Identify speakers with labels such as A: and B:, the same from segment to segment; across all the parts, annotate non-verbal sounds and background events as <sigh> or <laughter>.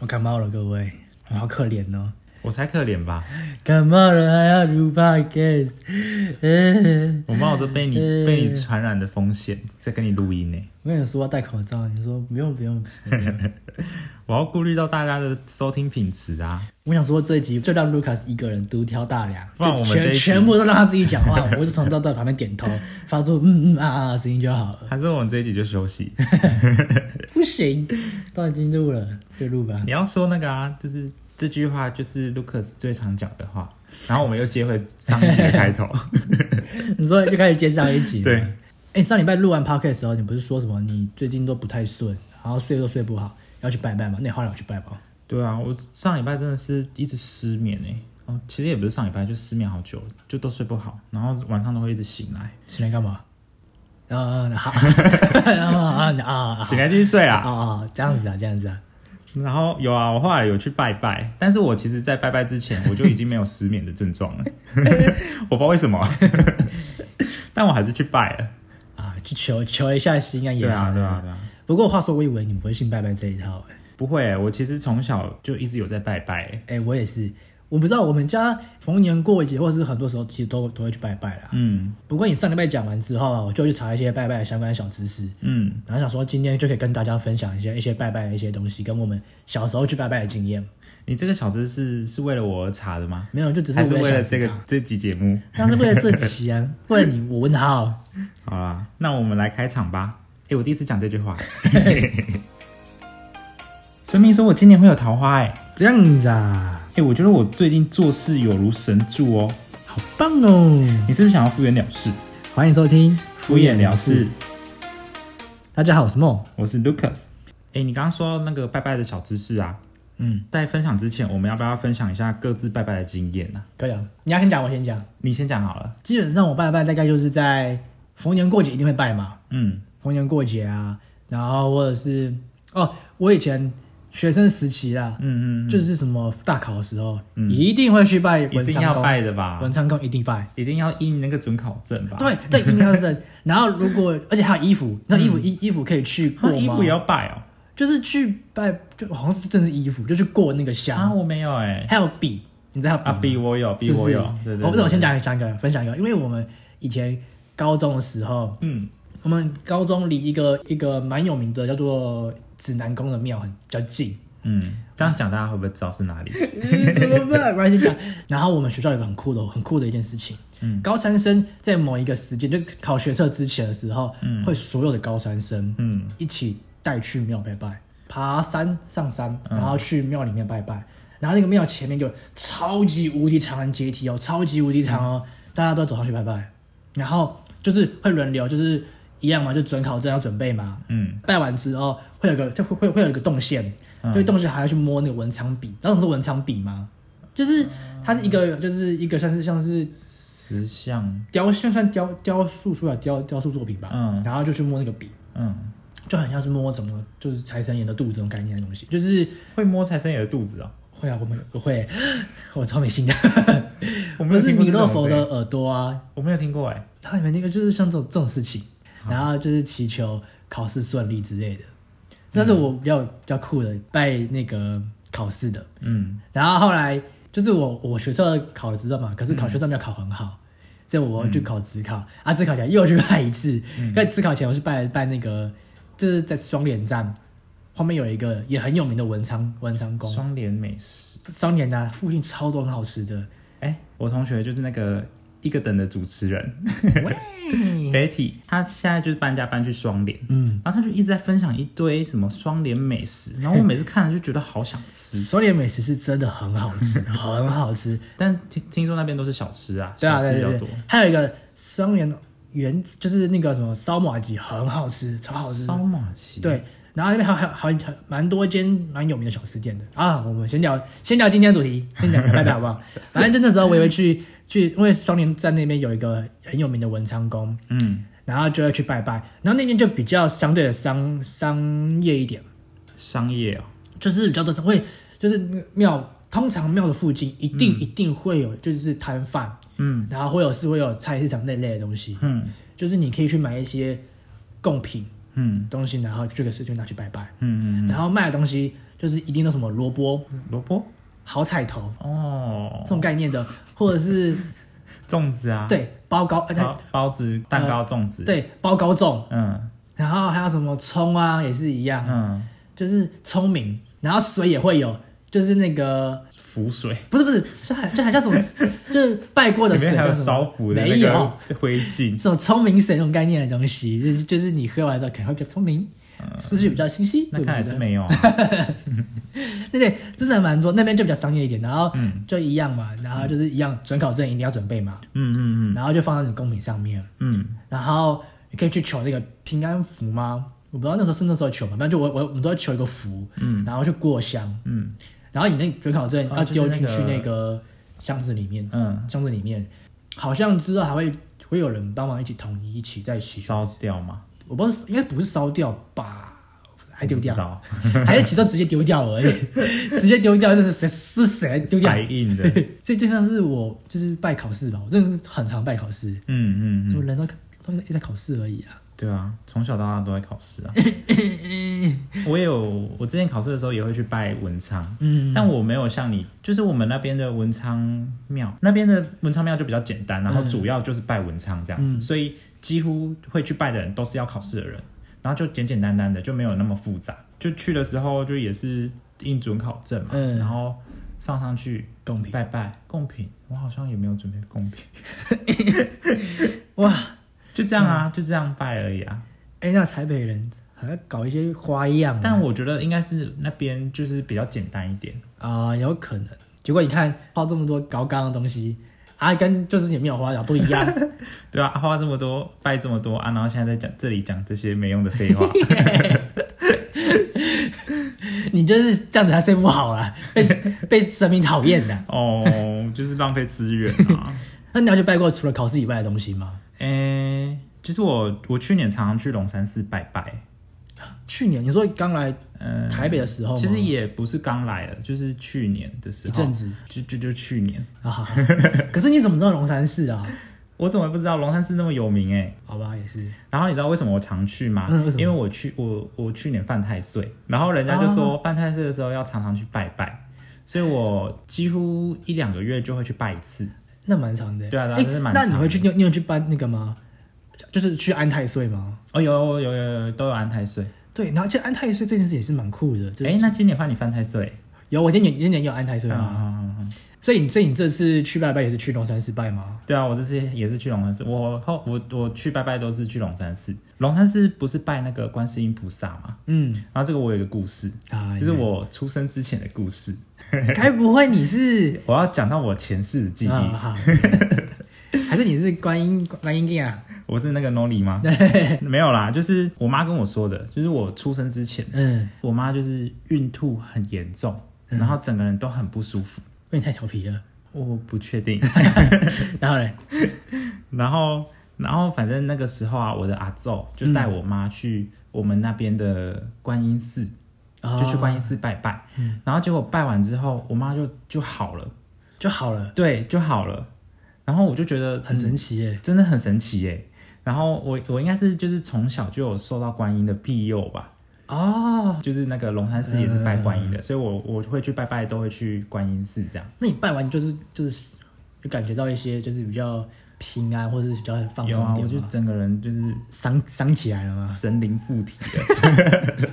A: 我感冒了，各位，我好可怜哦，
B: 我才可怜吧，
A: 感冒了哎还要录 podcast，嗯，
B: 我冒着被 <laughs> 你被你传染的风险在跟你录音呢。
A: 我跟你说要戴口罩，你说不用不用，不用
B: 我要顾虑到大家的收听品质啊。
A: 我想说这一集就让 Lucas 一个人独挑大梁，
B: 不然
A: 就
B: 我们这
A: 全
B: 一集
A: 全部都让他自己讲话，我就从头到旁边点头，发出嗯嗯啊啊的声音就好
B: <laughs>
A: 了。
B: 还是我们这一集就休息？ <laughs>
A: 不行，都已经录了就录吧。
B: 你要说那个啊，就是这句话就是 Lucas 最常讲的话，然后我们又接回上一集的开头。 <laughs>
A: 你说就开始接上一集，
B: 对。
A: 哎、上礼拜录完 podcast 的时候，你不是说什么你最近都不太顺，然后睡都睡不好，要去拜拜吗？那你后来有去拜吗？
B: 对啊，我上礼拜真的是一直失眠哎、哦，其实也不是上礼拜，就失眠好久，就都睡不好，然后晚上都会一直醒来，
A: 醒来干嘛？啊啊好啊啊啊
B: 醒来继续睡啊
A: 啊。啊！这样子啊，这样子啊。
B: 然后有啊，我后来有去拜拜，但是我其实，在拜拜之前，我就已经没有失眠的症
A: <laughs>
B: 状了，我不知道为什么，但我还是去拜了。
A: 啊，去求求一下心啊，也
B: 对啊，
A: 好
B: 对啊，。对啊，
A: 不过话说，我以为你不会信拜拜这一套、欸，
B: 不会、我其实从小就一直有在拜拜、
A: 哎、我也是，我不知道我们家逢年过节或者是很多时候，其实都都会去拜拜啦。
B: 嗯
A: 不过你上礼拜讲完之后啊，我就去查一些拜拜的相关小知识，
B: 嗯，
A: 然后想说今天就可以跟大家分享一些一些拜拜的一些东西，跟我们小时候去拜拜的经验。
B: 你这个小知识是为了我而查的吗？
A: 没有，就只是
B: 还是为了
A: 想
B: 这
A: 知
B: 个
A: 道
B: 这集节目？
A: 但是为了这期啊，为了你，我问他哦。
B: 好啦，那我们来开场吧。哎、我第一次讲
A: <laughs>
B: 这句话。神明说我今年会有桃花、哎，
A: 这样子啊，
B: 哎、我觉得我最近做事有如神助哦。
A: 好棒哦！
B: 你是不是想要敷衍了事？
A: 欢迎收听《
B: 敷衍了事。，
A: 大家好，我是梦。
B: 我是 Lucas。哎、你刚刚说到那个拜拜的小知识啊，
A: 嗯，
B: 在分享之前，我们要不要分享一下各自拜拜的经验呢、
A: 可以啊。你要先讲，我先讲。
B: 你先讲好了。
A: 基本上我拜拜大概就是在逢年过节一定会拜嘛，
B: 嗯
A: 逢年过节啊，然后或者是哦，我以前学生时期啦，
B: 嗯嗯，
A: 就是什么大考的时候，
B: 嗯
A: 一定会去拜
B: 一
A: 文
B: 定
A: 昌
B: 要
A: 宫，
B: 拜的吧？
A: 文昌宫一定拜。
B: 一定要印那个准考证吧？
A: 对对，一定要
B: <laughs>
A: 这。然后如果而且还有衣服，那衣服衣、衣服可以去过
B: 嗯啊，
A: 吗？
B: 衣服也要拜哦。
A: 就是去拜，就好像是真的是衣服，就去过那个香。
B: 啊，我没有哎、
A: 还有笔，你知道
B: 啊，
A: 笔
B: 比
A: 吗
B: 我有，比
A: 是不
B: 我
A: 是
B: 有。对对
A: 哦，不是，我先
B: 对
A: 讲讲一个，分享一个，因为我们以前高中的时候，
B: 嗯
A: 我们高中离一个一个蛮有名的叫做指南宫的庙很比较近，
B: 嗯，这样讲大家会不会知道是哪 <laughs> 里？
A: 怎么办？我先讲。然后我们学校有个很酷的、很酷的一件事情，
B: 嗯
A: 高三生在某一个时间，就是考学测之前的时候，
B: 嗯
A: 会所有的高三生
B: 嗯
A: 一起带去庙拜拜，爬山上山，然后去庙里面拜拜。然后那个庙前面就超级无敌长的阶梯哦，超级无敌长哦，大家都走上去拜拜。然后就是会轮流，就是一样嘛，就准考证要准备嘛。
B: 嗯
A: 拜完之后会有个就会会会有一个动线，
B: 嗯
A: 这个动线还要去摸那个文昌笔，那种是文昌笔吗？就是它是一个
B: 嗯
A: 就是一个像是像是
B: 石像，
A: 雕像算雕雕塑出来雕雕塑作品吧，
B: 嗯
A: 然后就去摸那个笔，
B: 嗯，
A: 就很像是摸什么就是财神爷的肚子那种概念的东西，就是
B: 会摸财神爷的肚子哦。
A: 会啊，我们我会，我超没心
B: <laughs>
A: 的，
B: 我没
A: 不
B: 有
A: 是
B: 听过
A: 弥
B: 这
A: 勒
B: 种
A: 佛
B: 的
A: 的耳朵啊，
B: 我没有听过哎、
A: 它里面那个就是像这种这种事情，
B: 啊
A: 然后就是祈求考试顺利之类的，这是我比较比较酷的拜那个考试的。
B: 嗯
A: 然后后来就是我我学测考了职证嘛，可是考学测没有考很好，所以我去考职
B: 嗯
A: 考、啊，职考前又去拜一次。在职考前我去拜拜那个，就是在双连站后面有一个也很有名的文昌文昌宫，
B: 双联美食。
A: 双连啊附近超多很好吃
B: <laughs>
A: 的。
B: 哎、我同学就是那个一个等的主持人
A: 嗯喂
B: Betty，他现在就是搬家搬去双联。
A: 嗯，
B: 然后他就一直在分享一堆什么双联美食，然后我每次看了就觉得好想
A: <laughs>
B: 吃，
A: 双连美食是真的很好
B: <laughs>
A: 吃，很好吃。
B: 但听听说那边都是小吃啊，
A: 对啊，
B: 小吃
A: 对
B: 比较
A: 对
B: 多
A: 对。，还有一个双连原就是那个什么烧马鸡，很好吃，超好吃。
B: 烧马奇，，
A: 对，然后那边还有还有还有蛮多间蛮有名的小吃店的啊。我们先聊先聊今天的主题，先聊拜拜好不好？反正就那时候我也会去去，因为双连站那边有一个很有名的文昌宫，
B: 嗯，
A: 然后就会去拜拜。然后那边就比较相对的商商业一点，
B: 商业哦，
A: 就是比较多商会，就是那个庙通常庙的附近一定、一定会有就是摊贩，
B: 嗯
A: 然后会有是会有菜市场那类的东西，
B: 嗯
A: 就是你可以去买一些贡品
B: 嗯
A: 东西，然后这个事情拿去拜拜。
B: 嗯嗯，嗯
A: 然后卖的东西就是一定都什么萝卜
B: 萝卜
A: 好彩头
B: 哦
A: 这，种概念的，或者是
B: <laughs> 粽子啊，，
A: 对包糕，呃
B: 包包子、蛋糕、粽子，，
A: 对包糕粽，
B: 嗯
A: 然后还有什么葱啊，也是一样，
B: 嗯，
A: 就是聪明，然后水也会有，就是那个
B: 浮水
A: 不是不是，这还这还叫什么？
B: <laughs>
A: 就是拜过的
B: 里
A: 水
B: 面还有
A: 叫什
B: 烧
A: 么？
B: 符的那
A: 没有
B: 个灰烬，
A: 这种聪明神那种概念的东西，就是就是你喝完之后可能会比较聪明，思绪比较清晰。
B: 嗯那
A: 我
B: 看来
A: 觉
B: 是
A: 得
B: 没有啊， <laughs>
A: 对对，真的蛮多，那边就比较商业一点，然后
B: 嗯
A: 就一样嘛，然后就是一样，准考证一定要准备嘛，
B: 嗯嗯嗯
A: 然后就放到你的公屏上面，
B: 嗯，
A: 然后你可以去求那个平安符吗？我不知道那时候是那时候求嘛，反正就我我我们都要求一个符，
B: 嗯
A: 然后去过香，
B: 嗯
A: 然后你那准考证
B: 哦
A: 要
B: 就是
A: 丢
B: 那
A: 进
B: 个
A: 去那个箱子里面，
B: 嗯，
A: 箱子里面好像之后还会会有人帮忙一起统一一起再写，
B: 烧掉吗？
A: 我不知道是应该不是烧掉吧，还丢掉
B: 不知， <laughs> 道，
A: 还是其中直接丢掉而已， <laughs> 直接丢掉就是谁是谁丢掉
B: 白，印 <laughs> 的，
A: 所以就像是我就是拜考试吧，我真的是很常拜考试，
B: 嗯嗯
A: 怎
B: 嗯，
A: 么人都都一直在考试而已
B: <laughs>
A: 啊，
B: 对啊，从小到大都在考试啊。 <laughs> 我也有，我之前考试的时候也会去拜文昌，
A: 嗯，
B: 但我没有像你，就是我们那边的文昌庙，那边的文昌庙就比较简单，然后主要就是拜文昌这样子，所以几乎会去拜的人都是要考试的人，然后就简简单单的，就没有那么复杂。就去的时候就也是印准考证嘛，
A: 嗯
B: 然后放上去
A: 公平
B: 拜拜贡品，我好像也没有准备贡品，
A: <laughs> 哇，嗯
B: 就这样啊，就这样拜而已啊。
A: 哎、那台北人好像搞一些花样啊，
B: 但我觉得应该是那边就是比较简单一点，
A: 啊、有可能，结果你看花这么多高纲的东西。啊，跟就是也没有花样不一样，
B: <laughs> 对啊，花这么多，拜这么多啊，然后现在在讲这里讲这些没用的
A: <laughs>
B: 废话，
A: 你就是这样子还睡不好啦，被被神明讨厌的。
B: 哦，就是浪费资源啊。 <laughs>
A: 那你要去拜过除了考试以外的东西吗？
B: 诶、其实我我去年常常去龙山寺拜拜，
A: 去年你说刚来
B: 嗯、
A: 台北的时候吗，
B: 其实也不是刚来了，就是去年的时
A: 一
B: 候，
A: 阵子
B: 就就就去年，
A: 啊。好好可是你怎么知道龙山寺啊？
B: 我怎么会不知道龙山寺那么有名欸诶、
A: 好吧，也是
B: 然后你知道为什么我常去吗？
A: 嗯为什么
B: 因为我去我我去年犯太岁，然后人家就
A: 哦
B: 说犯太岁的时候要常常去拜拜，所以我几乎一两个月就会去拜一次。
A: 那蛮长的欸。
B: 对啊对啊
A: 诶
B: 这是蛮
A: 那
B: 长
A: 你
B: 的
A: 会去你有你有去办那个吗？就是去安太岁吗？
B: 哦，有有有有有都有安太岁。
A: 对，然后就安太岁这件事也是蛮酷的。就是
B: 哎、那今年换你犯太岁。
A: 有我今年今年也有安太岁
B: 对
A: 啊，
B: 啊，
A: 所以你所以你这次去拜拜也是去龙山寺拜吗？
B: 对啊，我这次也是去龙山寺，我后我我去拜拜都是去龙山寺。龙山寺不是拜那个观世音菩萨嘛？
A: 嗯
B: 然后这个我有一个故事，
A: 啊，
B: 就是我出生之前的故事。
A: 该不会你是
B: 我要讲到我前世 <laughs> 的记忆，
A: 啊？好 <laughs> 还是你是观音观音殿啊？
B: 我是那个 Noli
A: <laughs>
B: 吗？没有啦，就是我妈跟我说的，就是我出生之前，
A: 嗯，
B: 我妈就是孕吐很严重，然后整个人都很不舒服。
A: 因为你太调皮了。
B: 我不
A: <laughs>
B: 确定，
A: 然后嘞，
B: 然后，然后反正那个时候啊，我的阿昼就带我妈去我们那边的观音寺，
A: 哦
B: 就去观音寺拜拜。
A: 嗯
B: 然后结果拜完之后，我妈就就好了，
A: 就好了，
B: 对，就好了。然后我就觉得
A: 很神奇耶。
B: 真的很神奇耶、然后我我应该是就是从小就有受到观音的庇佑吧，
A: 哦，
B: 就是那个龙山寺也是拜观
A: 嗯
B: 音的，所以我我会去拜拜都会去观音寺这样。
A: 那你拜完就是就是就感觉到一些就是比较平安或者是比较放
B: 有
A: 松
B: 啊，
A: 一
B: 我就
A: 点吗？
B: 整个人就是
A: 伤伤起来了吗？
B: 神灵附体
A: 啊
B: 的。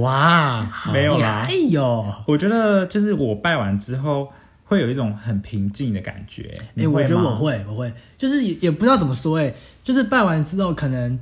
A: 哇，好
B: 没有
A: 厉害
B: 啦
A: 哎呦，
B: 我觉得就是我拜完之后，会有一种很平静的感觉。
A: 哎、
B: 你
A: 我
B: 会
A: 觉得
B: 吗
A: 我会，我会，就是也也不知道怎么说、哎，就是拜完之后，可能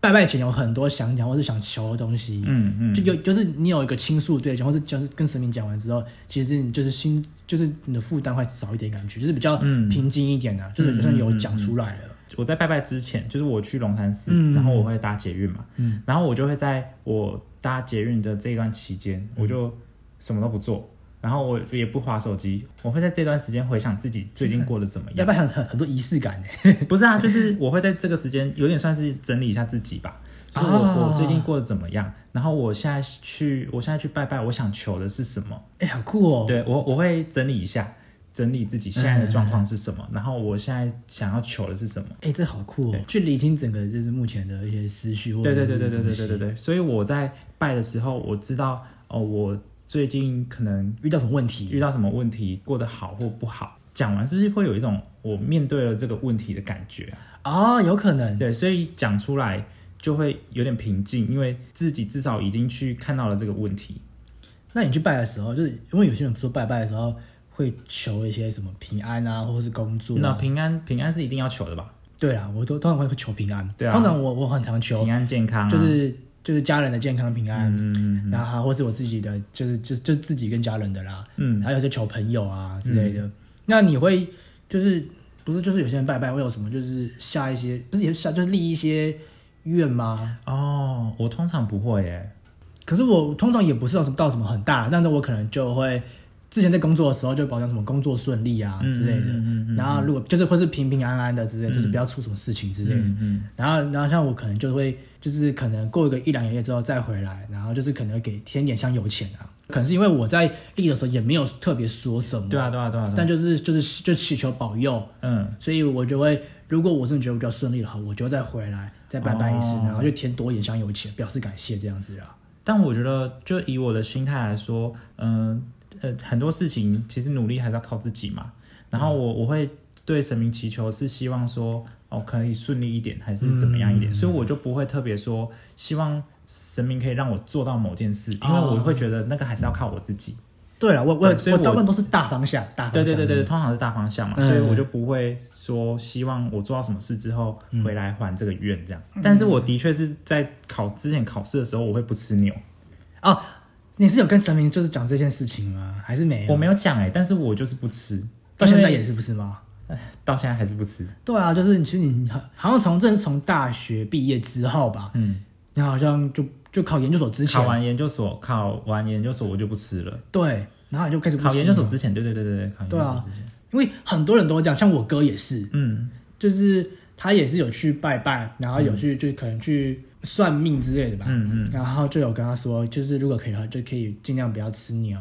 A: 拜拜前有很多想讲或是想求的东西，
B: 嗯嗯，
A: 就有就是你有一个倾诉对象，或是就是跟神明讲完之后，其实你就是心就是你的负担会少一点，感觉就是比较
B: 嗯
A: 平静一点的、啊，就是好像有讲出来了，
B: 我在拜拜之前，就是我去龙山寺，
A: 嗯
B: 然后我会搭捷运嘛，
A: 嗯
B: 然后我就会在我搭捷运的这一段期间，
A: 嗯
B: 我就什么都不做。然后我也不划手机，我会在这段时间回想自己最近过得怎么
A: 要
B: 样
A: 不。然很很很多仪式感、哎，
B: 不是啊，就是我会在这个时间有点算是整理一下自己吧，就是我、
A: 啊
B: 我最近过得怎么样，然后我现在去我现在去拜拜，我想求的是什么，
A: 哎、好酷哦、
B: 对我我会整理一下，整理自己现在的状况是什么，然后我现在想要求的是什么。
A: 哎、这好酷哦！去理清整个就是目前的一些思绪或者
B: 对对
A: 是
B: 对对对对对对
A: 东西，
B: 对，所以我在拜的时候，我知道哦，我最近可能
A: 遇到什么问题？
B: 遇到什么问题，过得好或不好。讲完是不是会有一种我面对了这个问题的感觉啊？
A: 啊、有可能，
B: 对，所以讲出来就会有点平静，因为自己至少已经去看到了这个问题。
A: 那你去拜的时候，就是因为有些人说拜拜的时候会求一些什么平安啊，或者是工作、
B: 那
A: 啊。
B: 平安平安是一定要求的吧？
A: 对啊，我都通常会求平安。
B: 对啊
A: 通常我我很常求，
B: 平安健康、啊，
A: 就是就是家人的健康平安，
B: 嗯
A: 然后或是我自己的，就是就就自己跟家人的啦，
B: 嗯，
A: 还有些求朋友啊之类的。那你会就是不是就是有些人拜拜会有什么就是下一些不是也下就是立一些愿吗？
B: 哦，我通常不会耶。
A: 可是我通常也不是有什么到什么很大，但是我可能就会之前在工作的时候就保障什么工作顺利啊之类的，
B: 嗯嗯嗯嗯嗯
A: 然后如果就是或是平平安安的之类，就是不要出什么事情之类的。
B: 嗯嗯，
A: 然后，然后像我可能就会，就是可能过个一两个月之后再回来，然后就是可能会给添点香油钱啊。可能是因为我在立的时候也没有特别说什么，
B: 对啊对啊对啊，对啊
A: 但就是就是就祈求保佑，
B: 嗯，
A: 所以我就会，如果我真的觉得比较顺利的话，我就再回来再拜拜一次，
B: 哦
A: 然后就添多一点香油钱，表示感谢这样子啊啦。
B: 但我觉得就以我的心态来说，嗯呃很多事情其实努力还是要靠自己嘛。然后我我会对神明祈求，是希望说哦可以顺利一点，还是怎么样一点，所以我就不会特别说希望神明可以让我做到某件事，因为我会觉得那个还是要靠我自己。
A: 对了，我我
B: 对所以
A: 我
B: 我
A: 大部分都是大方向，大方
B: 对
A: 向。
B: 对对对，通常是大方向嘛，
A: 嗯
B: 所以我就不会说希望我做到什么事之后回来还这个愿这样。但是我的确是在考之前考试的时候，我会不吃牛，
A: 哦，你是有跟神明就是讲这件事情吗？还是没有？
B: 我没有讲哎、但是我就是不吃，
A: 到现在
B: 因为
A: 也是不是吗？
B: 到现在还是不吃。
A: 对啊，就是其实你好好像从正是从大学毕业之后吧，
B: 嗯，
A: 你好像就就考研究所之前
B: 考，完研究所，考完研究所我就不吃了。
A: 对，然后你就开始不
B: 考
A: 吃
B: 研究所
A: 嘛
B: 之前，对对对对对，考研究
A: 对啊
B: 所之前，
A: 因为很多人都这样，像我哥也是，
B: 嗯
A: 就是他也是有去拜拜，然后有去、就可能去算命之类的吧，
B: 嗯嗯
A: 然后就有跟他说，就是如果可以的话，就可以尽量不要吃牛，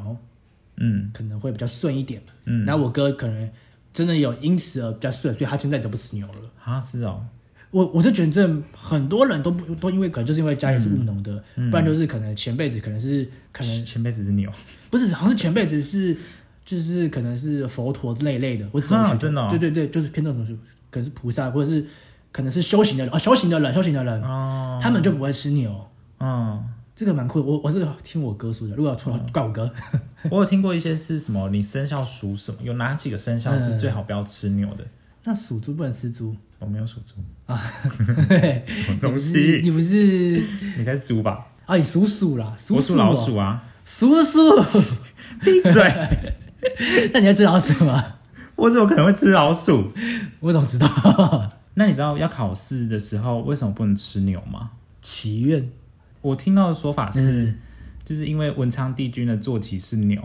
B: 嗯
A: 可能会比较顺一点。
B: 嗯，
A: 然后我哥可能真的有因此而比较顺，所以他现在都不吃牛了。
B: 啊是哦，
A: 我我是觉得这很多人都不都因为可能就是因为家里是务农的，
B: 嗯
A: 不然就是可能前辈子可能是可能
B: 前辈子是哦牛，
A: 不是好像是前辈子是就是可能是佛陀之类类的，我
B: 啊真的哦
A: 对对对，就是偏这种东西，可能是菩萨或者是可能是修行的人啊、哦，修行的人，修行的人，
B: 哦，
A: 他们就不会吃牛，
B: 嗯。
A: 这个蛮酷的。我我是听我哥说的，如果有
B: 哦
A: 错怪我哥。 <laughs>
B: 我有听过一些是什么，你生肖属什么？有哪几个生肖是最好不要吃牛的？
A: 那属猪不能吃猪
B: 我没有属猪，
A: 什
B: <laughs> 什么东西
A: <laughs> 你不是
B: 你才是猪吧？
A: 啊？你属鼠啦，属
B: 我
A: 鼠
B: 属
A: 哦
B: 老，鼠啊！
A: 属鼠。 <laughs>
B: 闭 <laughs> 嘴！
A: 那你还知道什么？
B: 我怎么可能会吃老鼠？
A: 我怎么知道？ <laughs>
B: 那你知道要考试的时候为什么不能吃牛吗？
A: 祈愿
B: 我听到的说法是，
A: 嗯
B: 就是因为文昌帝君的坐骑是牛，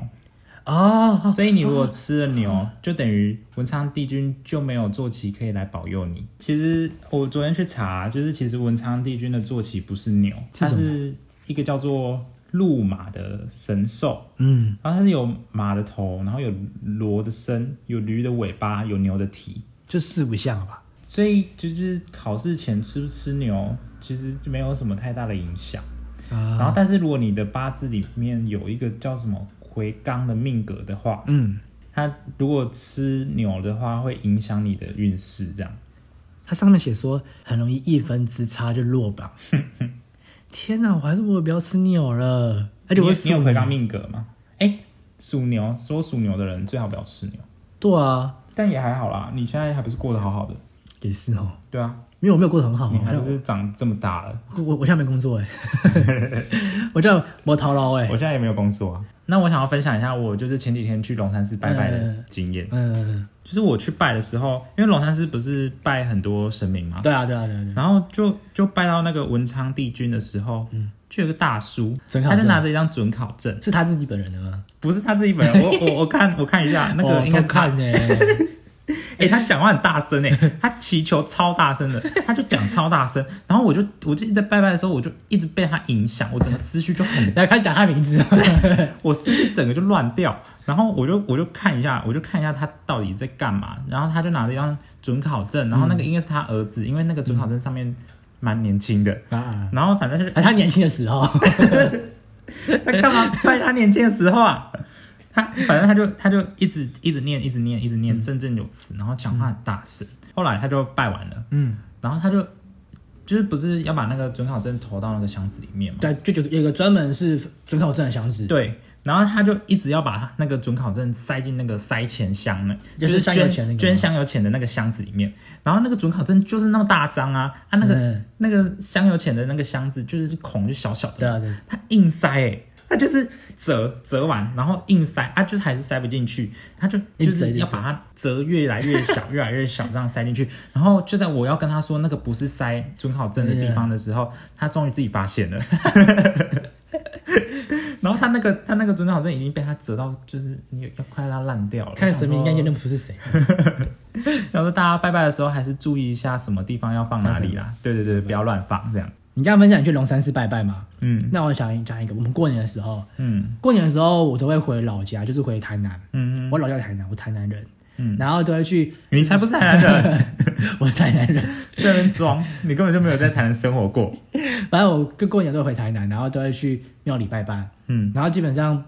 A: 哦，
B: 所以你如果吃了牛，就等于文昌帝君就没有坐骑可以来保佑你。其实我昨天去查，就是其实文昌帝君的坐骑不是牛，
A: 是
B: 它
A: 什么
B: 是一个叫做鹿马的神兽，
A: 嗯，
B: 然后它是有马的头，然后有骡的身，有驴的尾巴，有牛的蹄。
A: 就四不像了吧？
B: 所以就是考试前吃不吃牛，其实就没有什么太大的影响。然
A: 啊，
B: 后，但是如果你的八字里面有一个叫什么魁罡的命格的话，
A: 嗯，
B: 它如果吃牛的话，会影响你的运势。这样，
A: 它上面写说很容易一分之差就落
B: <laughs>
A: 榜。天哪，我还是我不要吃牛了，而且
B: 你
A: 我
B: 有
A: 属
B: 你有
A: 牛
B: 魁罡命格吗？哎，属牛，说属牛的人最好不要吃牛，
A: 对啊，
B: 但也还好啦，你现在还不是过得好好的？
A: 也是哦，
B: 对啊，
A: 因为我没有过得很好
B: 你
A: 哦，
B: 还不是长这么大了？
A: 我我我现在没工
B: <laughs>
A: 作哎，我叫我逃牢哎
B: 我，现在也没有工作啊。那我想要分享一下，我就是前几天去龙山寺拜拜的
A: 嗯
B: 经验。
A: 嗯，
B: 就是我去拜的时候，因为龙山寺不是拜很多神明嘛，
A: 对啊对啊对啊，对啊
B: 然后就就拜到那个文昌帝君的时候，就有个大叔，
A: 嗯准考
B: 他
A: 证
B: 就拿着一张准考证，
A: 是他自己本人的吗？
B: 不是他自己本人，我我我看我看一下，那
A: 哦
B: 个应该
A: 偷
B: 是他，
A: 看呢，
B: 哎、哎、他讲话很大声哎、他祈求超大声的，他就讲超大声，然后我就我就一直在拜拜的时候，我就一直被他影响，我整个思绪就很
A: <laughs> 来开始讲他
B: <laughs>
A: 名字，
B: 啊我思绪整个就乱掉，然后我就我就看一下，我就看一下他到底在干嘛，然后他就拿着一张准考证，然后
A: 嗯
B: 那个应该是他儿子，因为那个准考证上面蛮年轻的，
A: 啊，
B: 然后反正就是
A: 啊他年轻的时候，
B: 他干嘛拜他年轻的时候啊？他反正他就他就一直一直念一直念一直念，振振有词，然后讲话很大声。后来他就拜完了，
A: 嗯，
B: 然后他就就是不是要把那个准考证投到那个箱子里面嘛？
A: <laughs> 对，就有有一个专门是准考证的箱子，
B: 对，然后他就一直要把那个准考证塞进那个塞钱箱呢，
A: 也
B: 就是
A: 香油
B: 捐
A: 钱那个吗
B: 捐香油钱的那个箱子里面。然后那个准考证就是那么大张啊，啊那个、
A: 嗯
B: 那个香油钱的那个箱子就是孔就小小的嘛，
A: 对啊对啊
B: 他硬塞哎、他就是折折完，然后硬塞，啊，就是还是塞不进去，他就
A: 硬
B: 就
A: 塞
B: 是
A: 硬
B: 要
A: 塞
B: 把它折越来越小，越来越小，这样塞进去。然后就在我要跟他说那个不是塞准考证的地方的时候，他终于自己发现了。然后他那个他那个准考证已经被他折到，就是你要快要烂掉了。
A: 看神明应该就
B: 就
A: 认不出是谁，
B: 然后说大家拜拜的时候还是注意一下什么地方要放哪里啦。对对对，不要乱放这样。
A: 你刚刚分享你去龙山寺拜拜嘛，
B: 嗯
A: 那我想讲一个，我们过年的时候，
B: 嗯
A: 过年的时候我都会回老家，就是回台南，
B: 嗯
A: 我老家在台南，我台南人，
B: 嗯，
A: 然后都会去， <laughs>
B: 你才不是台南人。 <laughs>
A: 我是台南人，
B: 在那边装，你根本就没有在台南生活过。
A: 反正我跟过年都会回台南，然后都会去庙里拜拜，
B: 嗯
A: 然后基本上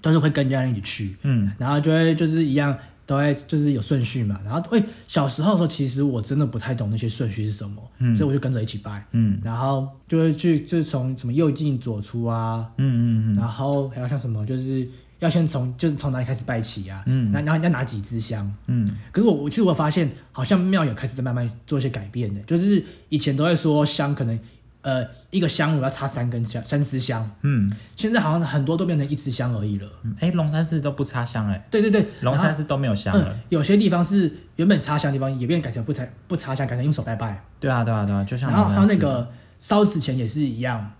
A: 都是会跟家人一起去，
B: 嗯
A: 然后就会就是一样，都会就是有顺序嘛。然后会小时候的时候，其实我真的不太懂那些顺序是什么，
B: 嗯
A: 所以我就跟着一起拜，
B: 嗯
A: 然后就会去就是从什么右进左出啊，
B: 嗯嗯
A: 然后还有像什么就是要先从就是从哪里开始拜起啊，
B: 嗯
A: 然后然后要拿几支香。
B: 嗯
A: 可是我我其实我发现好像庙也开始在慢慢做一些改变的，就是以前都会说香可能。呃，一个香炉要插三根香，三支香。
B: 嗯
A: 现在好像很多都变成一支香而已了。
B: 嗯，哎、龙山寺都不插香哎、
A: 对对对，
B: 龙
A: 然后
B: 山寺都没有香了。
A: 嗯，有些地方是原本插香的地方也变改成不插不插香，改成用手拜拜。
B: 对啊对啊对啊，就像
A: 然后
B: 龙
A: 还
B: 山
A: 有
B: 寺
A: 那个烧纸钱也是一样，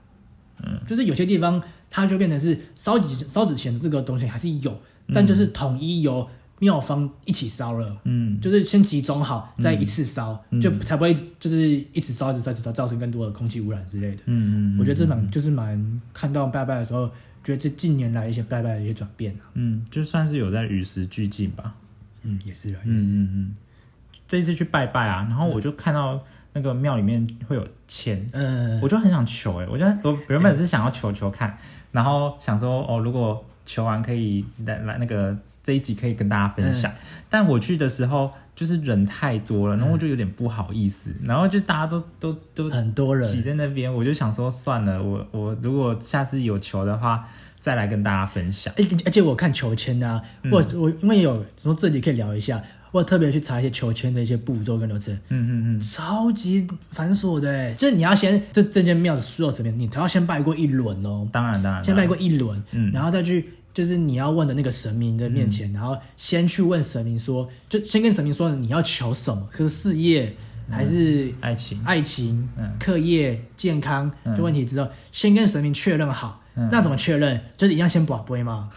A: 嗯，就是有些地方它就变成是烧纸烧纸钱这个东西还是有，但就是统一由庙方一起烧了。
B: 嗯
A: 就是先集中好，再一次烧，
B: 嗯
A: 就才不会就是一直烧、一直烧、一直烧，造成更多的空气污染之类的。
B: 嗯嗯，
A: 我觉得这蛮就是蛮看到拜拜的时候，觉得这近年来一些拜拜的一些转变啊，
B: 嗯就算是有在与时俱进吧。
A: 嗯，也是啦，
B: 嗯嗯嗯，这一次去拜拜啊，然后我就看到那个庙里面会有钱，
A: 嗯，
B: 我就很想求哎、我就我原本是想要求求看，然后想说哦，如果求完可以来来那个这一集可以跟大家分享。但我去的时候就是人太多了，然后我就有点不好意思，然后就大家都都都
A: 很多人
B: 挤在那边，我就想说算了，我我如果下次有求的话，再来跟大家分享。
A: 而且而且我看求签啊，
B: 嗯
A: 我我因为有说这集可以聊一下，我有特别去查一些求签的一些步骤跟流程，
B: 嗯嗯嗯，
A: 超级繁琐的欸，就是你要先这这间庙的所有神明，你都要先拜过一轮哦，
B: 当然当然，嗯
A: 先拜
B: 当
A: 过
B: 然
A: 一轮，然后再去就是你要问的那个神明的面
B: 嗯
A: 前，然后先去问神明说，就先跟神明说你要求什么，可是事业还是
B: 爱情。
A: 爱情
B: 嗯、
A: 课、业、健康的问题之后，先跟神明确认好。
B: 嗯
A: 那怎么确认？就是一样先保杯
B: <laughs>
A: 嘛。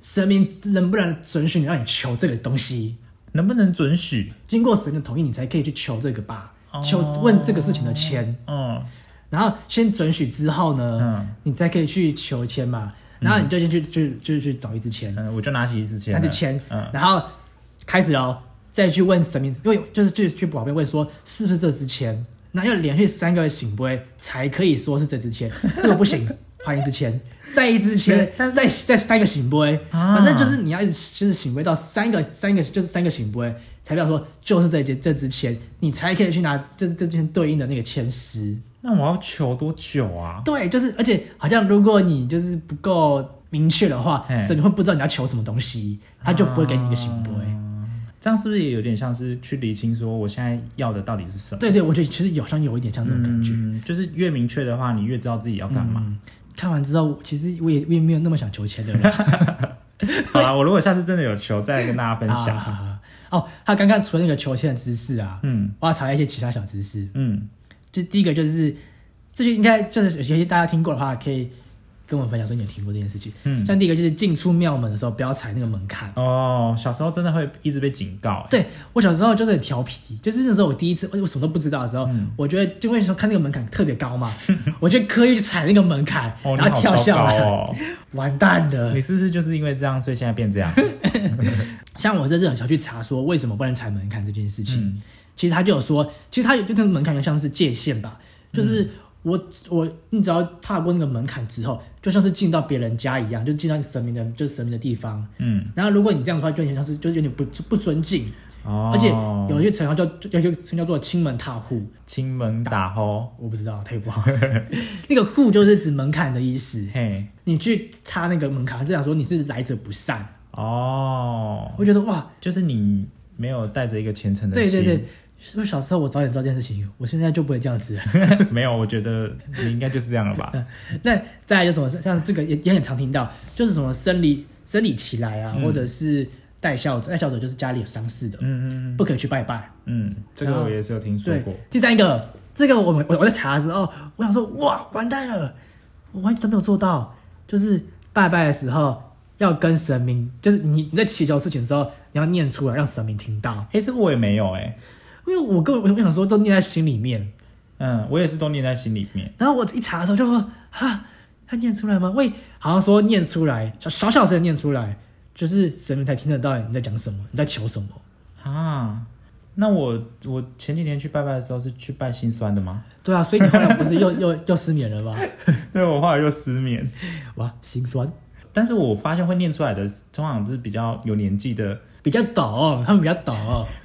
A: 神明能不能准许你让你求这个东西？
B: 能不能准许？
A: 经过神明的同意，你才可以去求这个吧
B: 哦。
A: 求问这个事情的签，
B: 哦，
A: 然后先准许之后呢，
B: 嗯
A: 你才可以去求签嘛。然后你就先去、去就就去找一支签，
B: 嗯，我就拿起一支签
A: 拿
B: 了，
A: 着签，
B: 嗯
A: 然后开始哦，再去问神明，因为就是就是去保镖问说是不是这支签，那要连续三个醒杯才可以说是这支签，
B: <laughs>
A: 如果不行换一支签，再一支签，但再再三个醒杯，
B: 啊
A: 反正就是你要一直就是醒杯到三个三个就是三个醒杯，才表示说就是这支这支签，你才可以去拿这这支签对应的那个签师。
B: 那我要求多久啊？
A: 对，就是而且好像如果你就是不够。明确的话
B: 嘿，
A: 神明会不知道你要求什么东西，他就不会给你一个醒杯。
B: 这样是不是也有点像是去厘清说我现在要的到底是什么？
A: 对对，我觉得其实有像有一点像这种感觉。
B: 嗯，就是越明确的话，你越知道自己要干嘛。
A: 看完之后，其实我也我也没有那么想求签
B: <laughs>
A: 的人。啊
B: 好啦，我如果下次真的有球，再来跟大家分
A: 嗯啊
B: 享。
A: 哈哈哦，他刚刚除了那个求签的姿势啊，
B: 嗯
A: 我要查一些其他小知识。
B: 嗯
A: 就第一个就是，这就应该就是有些大家听过的话，可以跟我们分享说你有听过这件事情。
B: 嗯
A: 像第一个就是进出庙门的时候不要踩那个门槛。
B: 哦，小时候真的会一直被警告、欸，
A: 对我小时候就是很调皮，就是那时候我第一次我什么都不知道的时候，
B: 嗯
A: 我觉得就会说看那个门槛特别高嘛，我就刻意去踩那个门槛，
B: 哦，你
A: 然后跳
B: 好
A: 下
B: 糟
A: 来，
B: 糕哦，
A: 完蛋了
B: <laughs> 你。是不是就是因为这样，所以现在变这样？
A: 像我这次很想去查说为什么不能踩门槛这件事情，
B: 嗯
A: 其实他就有说，其实他有就跟门槛就像是界限吧，
B: 嗯
A: 就是我、我你只要踏过那个门槛之后，就像是进到别人家一样，就进到你神明的就是神明的地方。
B: 嗯，
A: 然后如果你这样的话，就有点像是就是有点不不尊敬，
B: 哦，
A: <laughs> 而且有一些称号叫叫叫称叫做亲门踏户，
B: 亲门打吼，
A: 我不知道，太不好。 <laughs> 那个户就是指门槛的意思，
B: 嘿，
A: 你去插那个门槛，就想说你是来者不善。
B: 哦，
A: 我觉得哇，
B: 就是你没有带着一个虔诚的
A: 对
B: 心，
A: 对对，我小时候我早点知道这件事情，我现在就不会这样子了。 <laughs>
B: 对， <laughs> 没有，我觉得你应该就是这样 <laughs> 了吧？
A: 那再来就什么，像这个也也很常听到，就是什么生理生理期来啊，或者是带孝者，带孝者就是家里有丧事的，
B: 嗯嗯嗯
A: 不可以去拜拜。
B: 嗯，这个我也是有听说
A: 对
B: 过，，
A: 第三个，这个我们我我在查的时候，我想说哇，完蛋了，我完全都没有做到，就是拜拜的时候要跟神明，就是你你在祈求事情的时候，你要念出来让神明听到，
B: 哎、这个我也没有、哎，
A: 因为我根本我想说都念在心里面，
B: 嗯，我也是都念在心里面，
A: 然后我一查的时候就说哈，他念出来吗？喂，好像说念出来，小小小声地念出来，就是神明才听得到你在讲什么，你在求什么。
B: 啊。那我我前几天去拜拜的时候是去拜心酸的吗？
A: 对啊，所以你后来不是 <laughs> 又又又失眠了吗？
B: <laughs> 对，我后来又失眠。
A: 哇，心酸，
B: 但是我发现会念出来的，通常是比较有年纪的，
A: 比较懂，他们比较懂。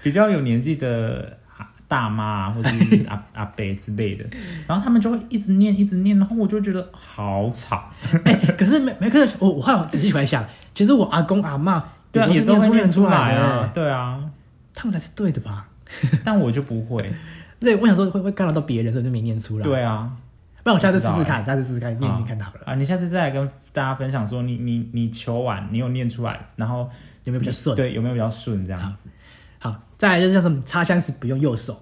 B: 比较有年纪的啊大妈啊或者是阿 <laughs> 阿伯之类的，然后他们就会一直念一直念，然后我就觉得好吵。
A: 哎、可是没没，可是我我后来仔细回想，其实我阿公阿妈
B: 对啊，也
A: 都是
B: 都会
A: 出
B: 念
A: 出
B: 出来
A: 的
B: 啊，，对啊，
A: 他们才是对的吧？
B: 但我就不会。
A: 对，我想说会会干扰到别人，所以就没念出来。，
B: 对啊，
A: 不然我下次试
B: 不
A: 试
B: 知道
A: 看，下次试试看念念看好了，
B: 啊，你下次再来跟大家分享说你，你你求完，你有念出来，然后
A: 有没有比较顺？
B: 对，有没有比较顺这样子？
A: 好，再来就是像什么插香时不用右手，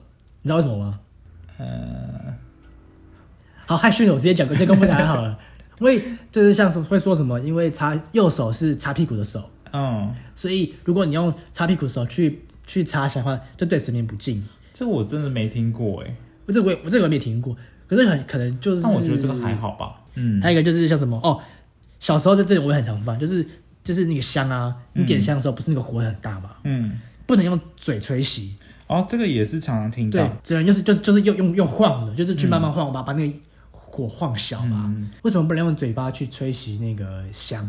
A: 你知道为什么吗？呃，好，害羞了，我直接讲，直接公布答案好了。 <laughs> 因为就是像是会说什么，因为擦右手是擦屁股的手，
B: 嗯，
A: 所以如果你用擦屁股的手去去擦香的话，就对神明不敬。
B: 这我真的没听过哎、
A: 我这我也我这个我没听过，可是很可能就是。
B: 但我觉得这个还。好吧。嗯，
A: 还有一个就是像什么哦，小时候在这里我也很常犯，就是就是那个香啊，你点香的时候不是那个火很大嘛，
B: 嗯，
A: 不能用嘴吹熄，
B: 哦，这个也是常常听
A: 对
B: 到。，
A: 只能就是就就是用用用晃的，就是
B: 嗯
A: 去慢慢晃吧，把那个火晃小吧。为什么不能用嘴巴去吹熄那个香？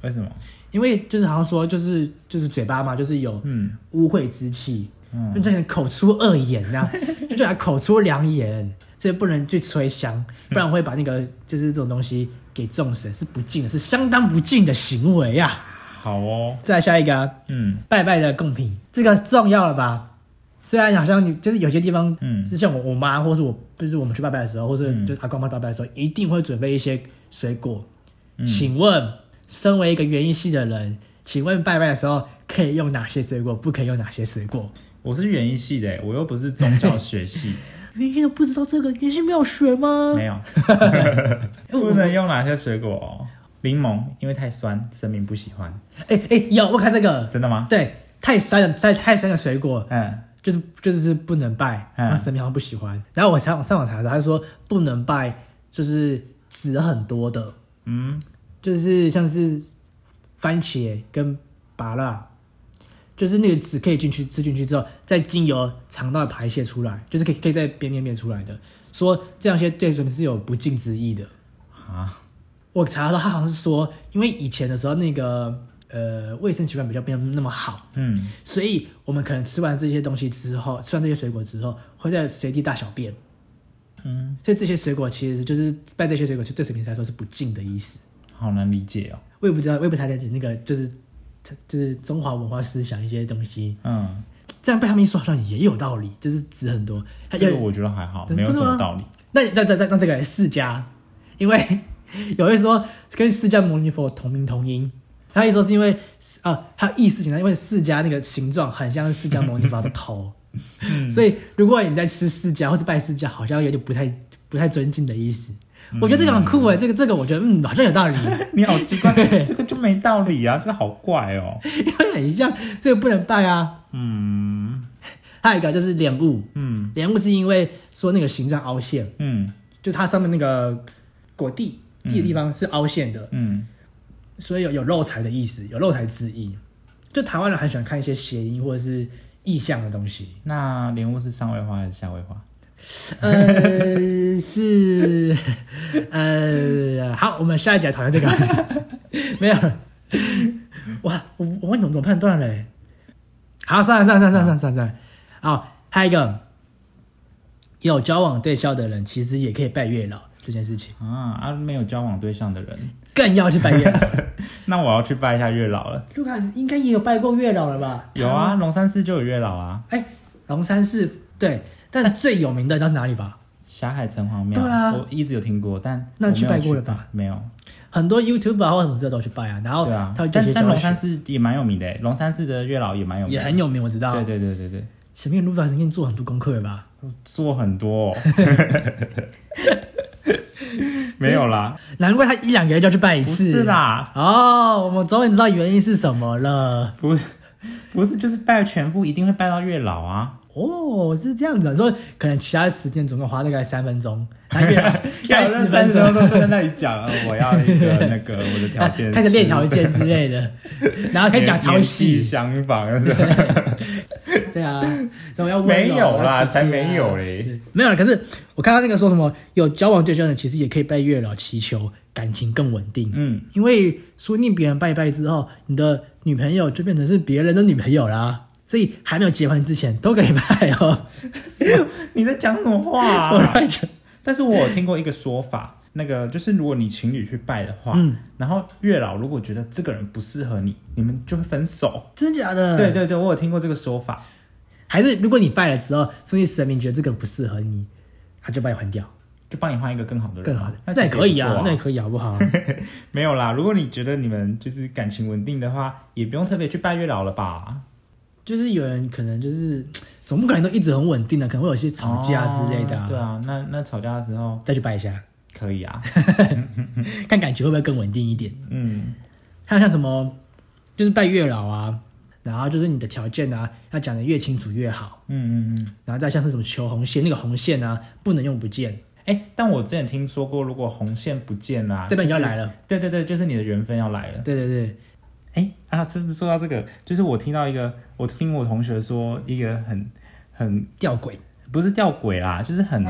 B: 为什么？
A: 因为就是好像说就是就是嘴巴嘛，就是有
B: 嗯
A: 污秽之气，
B: 嗯
A: 就这人口出恶言呐、 <laughs> 就叫人口出良言，所以不能去吹香，不然会把那个就是这种东西给众神是不敬的，是相当不敬的行为呀、啊。
B: 好哦，
A: 再来下一个、啊，
B: 嗯
A: 拜拜的贡品，这个重要了吧？虽然好像你就是有些地方，
B: 嗯
A: 是像我我妈或是我，就是我们去拜拜的时候，或者就是阿公妈拜拜的时候，一定会准备一些水果。
B: 嗯
A: 请问，身为一个园艺系的人，请问拜拜的时候可以用哪些水果，不可以用哪些水果？
B: 我是园艺系的欸，我又不是宗教学系， <laughs>
A: 园艺系的不知道这个，园艺系没有学吗？
B: 没
A: <laughs>
B: 有，不能用哪些水果、哦？柠檬，因为太酸，神明不喜欢。
A: 哎哎，有我看这个，
B: 真的吗？
A: 对，太酸的太太酸的水果，
B: 嗯，
A: 就是就是不能拜，
B: 嗯
A: 然后神明好像不喜欢。然后我上上网查的时候，他说不能拜，就是籽很多的，
B: 嗯，
A: 就是像是番茄跟芭乐，就是那个籽可以进去吃进去之后，再经由肠道排泄出来，就是可以可以在便便便出来的。说这样些对神明是有不敬之意的。
B: 啊，
A: 我查到他好像是说，因为以前的时候那个呃卫生习惯比较没有那么好，
B: 嗯，
A: 所以我们可能吃完这些东西之后，吃完这些水果之后，会在随地大小便。
B: 嗯，
A: 所以这些水果其实就是拜这些水果，就对水瓶来说是不敬的意思。
B: 好难理解哦。
A: 我也不知道，我也不太了解那个，就是就是中华文化思想一些东西。
B: 嗯，
A: 这样被他们一说，好像也有道理，就是指很多。还
B: 这
A: 有
B: 个我觉得还好，
A: 真
B: 哦没有
A: 真
B: 什
A: 的
B: 么
A: 吗
B: 道理。
A: 那那那那那这个释迦，因为 <laughs> 有一说跟释迦牟尼佛同名同音，他一说是因为啊，他意思简单，因为释迦那个形状很像释迦牟尼佛的
B: <laughs>
A: 头，所以如果你在吃释迦或者拜释迦，好像有点不太不太尊敬的意思，
B: 嗯
A: 我觉得这个很酷哎，这个这个我觉得嗯好像有道理，
B: 你好奇怪
A: 对，
B: 这个就没道理啊，这个好怪哦。
A: <laughs> 因为很像，所以不能拜啊。
B: 嗯
A: 还有一个就是脸部，
B: 嗯
A: 脸部是因为说那个形状凹陷，
B: 嗯
A: 就是它上面那个果蒂蒂的地方是凹陷的，
B: 嗯
A: 所以有有漏财的意思，有漏财之意。就台湾人很喜欢看一些谐音或者是意象的东西，
B: 那莲雾是上位花还是下位花？
A: <laughs> 呃，是，呃，好，我们下一集来讨论这个。 <laughs> 没有了，哇，我我问你们怎么判断嘞？好，算了算了算了算了算了算了。好，还有一个，有交往对象的人其实也可以拜月老这件事情，
B: 啊啊，没有交往对象的人，
A: 更要去拜月老。
B: 那我要去拜一下月老了。
A: 卢卡斯应该也有拜过月老了吧？
B: 有啊，龙山寺就有月老啊，
A: 哎，龙山寺对，但最有名的你知道是哪里吧？ <laughs>
B: 霞海城隍庙。
A: 对啊
B: 我一直有听过，但
A: 那
B: 我
A: 你
B: 没
A: 去
B: 有
A: 拜过
B: 去
A: 了吧
B: 拜？没有，
A: 很多 YouTuber 或什么之类都去拜啊，然后
B: 对啊
A: 他会，教一
B: 但
A: 些
B: 但
A: 教
B: 龙山
A: 学，
B: 寺也蛮有名的欸，龙山寺的月老也蛮有名的，
A: 也很有名，我啊知道。
B: 对对对对对，
A: 小面卢卡斯给你做很多功课了吧？
B: 做很多、
A: <laughs>
B: 哦，没有啦，
A: 难怪他一两个月就要去拜一
B: 不
A: 次。
B: 是。啦，
A: 哦，我们终于知道原因是什么了。
B: 不不是，就是拜全部一定会拜到月老啊，
A: 哦，是这样子、啊，所以可能其他时间总共花大概三分钟，他越
B: <laughs>
A: 来三
B: 要有
A: 十
B: 认
A: 分
B: 真的
A: 钟，
B: 都在那里讲，呃我要一个那
A: <laughs>
B: 个我的条
A: 啊
B: 件是，
A: 开始练条件之类
B: <laughs>
A: 的，然后开始讲抄
B: 年纪
A: 袭。
B: 相仿，是
A: <laughs>
B: 吧
A: 对啊，怎么要温柔
B: 没有啦，
A: 要体贴啊
B: 才没有嘞，
A: 对没有了。可是我看到那个说什么有交往对象的，其实也可以拜月老祈求感情更稳定。
B: 嗯，
A: 因为说不定别人拜一拜之后，你的女朋友就变成是别人的女朋友啦。所以还没有结婚之前都可以拜哦。
B: 你在讲什么话、
A: 我
B: <laughs> 啊？
A: 乱讲，
B: 但是我有听过一个说法，那个就是如果你情侣去拜的话，
A: 嗯
B: 然后月老如果觉得这个人不适合你，你们就会分手。
A: 真假的？
B: 对，对对，我有听过这个说法。
A: 还是如果你拜了之后，甚至神明觉得这个不适合你，他就把你换掉，
B: 就帮你换一个更好的人，
A: 更好的。
B: 那
A: 那也可以啊，那
B: 那
A: 也可以好不好？
B: 没有啦。如果你觉得你们就是感情稳定的话，也不用特别去拜月老了吧？
A: 就是有人可能就是总不可能都一直很稳定的，可能会有一些吵架之类的、
B: 哦对，啊，那那吵架的时候
A: 再去拜一下， <laughs>
B: 可以啊。
A: 看感情会不会更稳定一点。
B: 嗯，
A: 还有像什么，就是拜月老啊，然后就是你的条件啊，要讲的越清楚越好。
B: 嗯嗯嗯。
A: 然后再像是什么求红线，那个红线啊，不能用不见，
B: 哎、但我之前听说过，如果红线不见啦、
A: 代表你要
B: 就是
A: 来了。
B: 对对对，就是你的缘分要来了。
A: 对对对，
B: 哎、啊，真的说到这个，就是我听到一个，我听我同学说一个很很
A: 吊诡
B: 不是吊诡啦，就是很、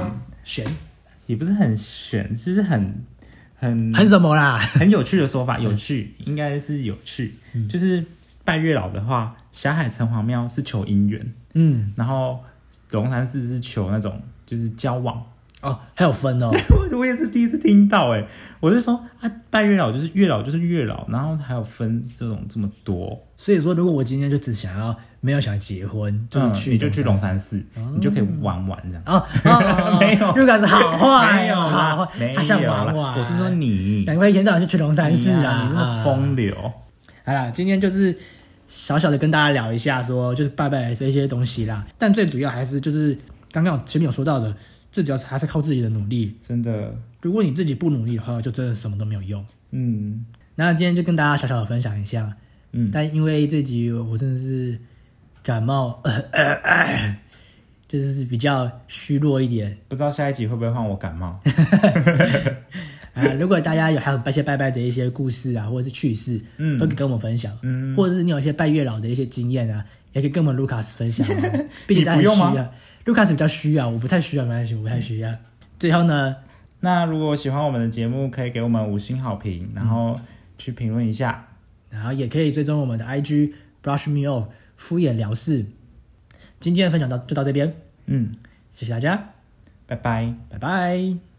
A: 悬，
B: 也不是很悬，就是很很
A: 很什么啦？
B: 很有趣的说
A: 嗯
B: 法，有趣应该是有趣，就是拜月老的话，霞海城隍庙是求姻缘，
A: 嗯，
B: 然后龙山寺是求那种就是交往。 <laughs>
A: 哦，还有分哦，
B: 我我也是第一次听到哎、我就说啊，拜月老就是月老就是月老，然后还有分这种这么多，
A: 所以说如果我今天就只想要没有想结婚，就是去、
B: 嗯、你就去龙。山寺，你就可以玩玩这
A: <laughs>
B: 样。
A: 哦哦哦，
B: 没有
A: 卢卡是好坏，哦
B: 没有
A: 好
B: 啦，
A: 坏，啊
B: 没
A: 他
B: 有
A: 想玩
B: 啦，
A: 玩。
B: 我是说你，
A: 难怪严导是去龙山寺
B: 你
A: 啊，
B: 你那么风流，
A: 好啦，今天就是小小的跟大家聊一下说就是拜拜这些东西啦。但最主要还是就是刚刚前面有说到的，最主要还是靠自己的努力。
B: 真的，
A: 如果你自己不努力的话，就真的什么都没有用。
B: 嗯
A: 那今天就跟大家小小的分享一下，
B: 嗯，
A: 但因为这集我真的是感冒，呃呃呃就是比较虚弱一点
B: 不知道下一集会不会换我感冒？
A: 啊。如果大家有还有一些拜拜的一些故事啊，或者是趣事，
B: 嗯
A: 都可以跟我们分享，
B: 嗯
A: 或者是你有一些拜月老的一些经验啊，也可以跟我们 Lucas 分享、哦，毕竟他很
B: <laughs> 你不用
A: 需
B: 吗
A: 要，Lucas 比较需要，我不太需要，没关系，我不太需要。最后呢，
B: 那如果喜欢我们的节目，可以给我们五星好评，然后去评论一下。
A: 然后也可以追踪我们的 IG brush me off 敷衍了事。今天的分享到就到这边，
B: 嗯，
A: 谢谢大家，
B: 拜拜。
A: 拜拜。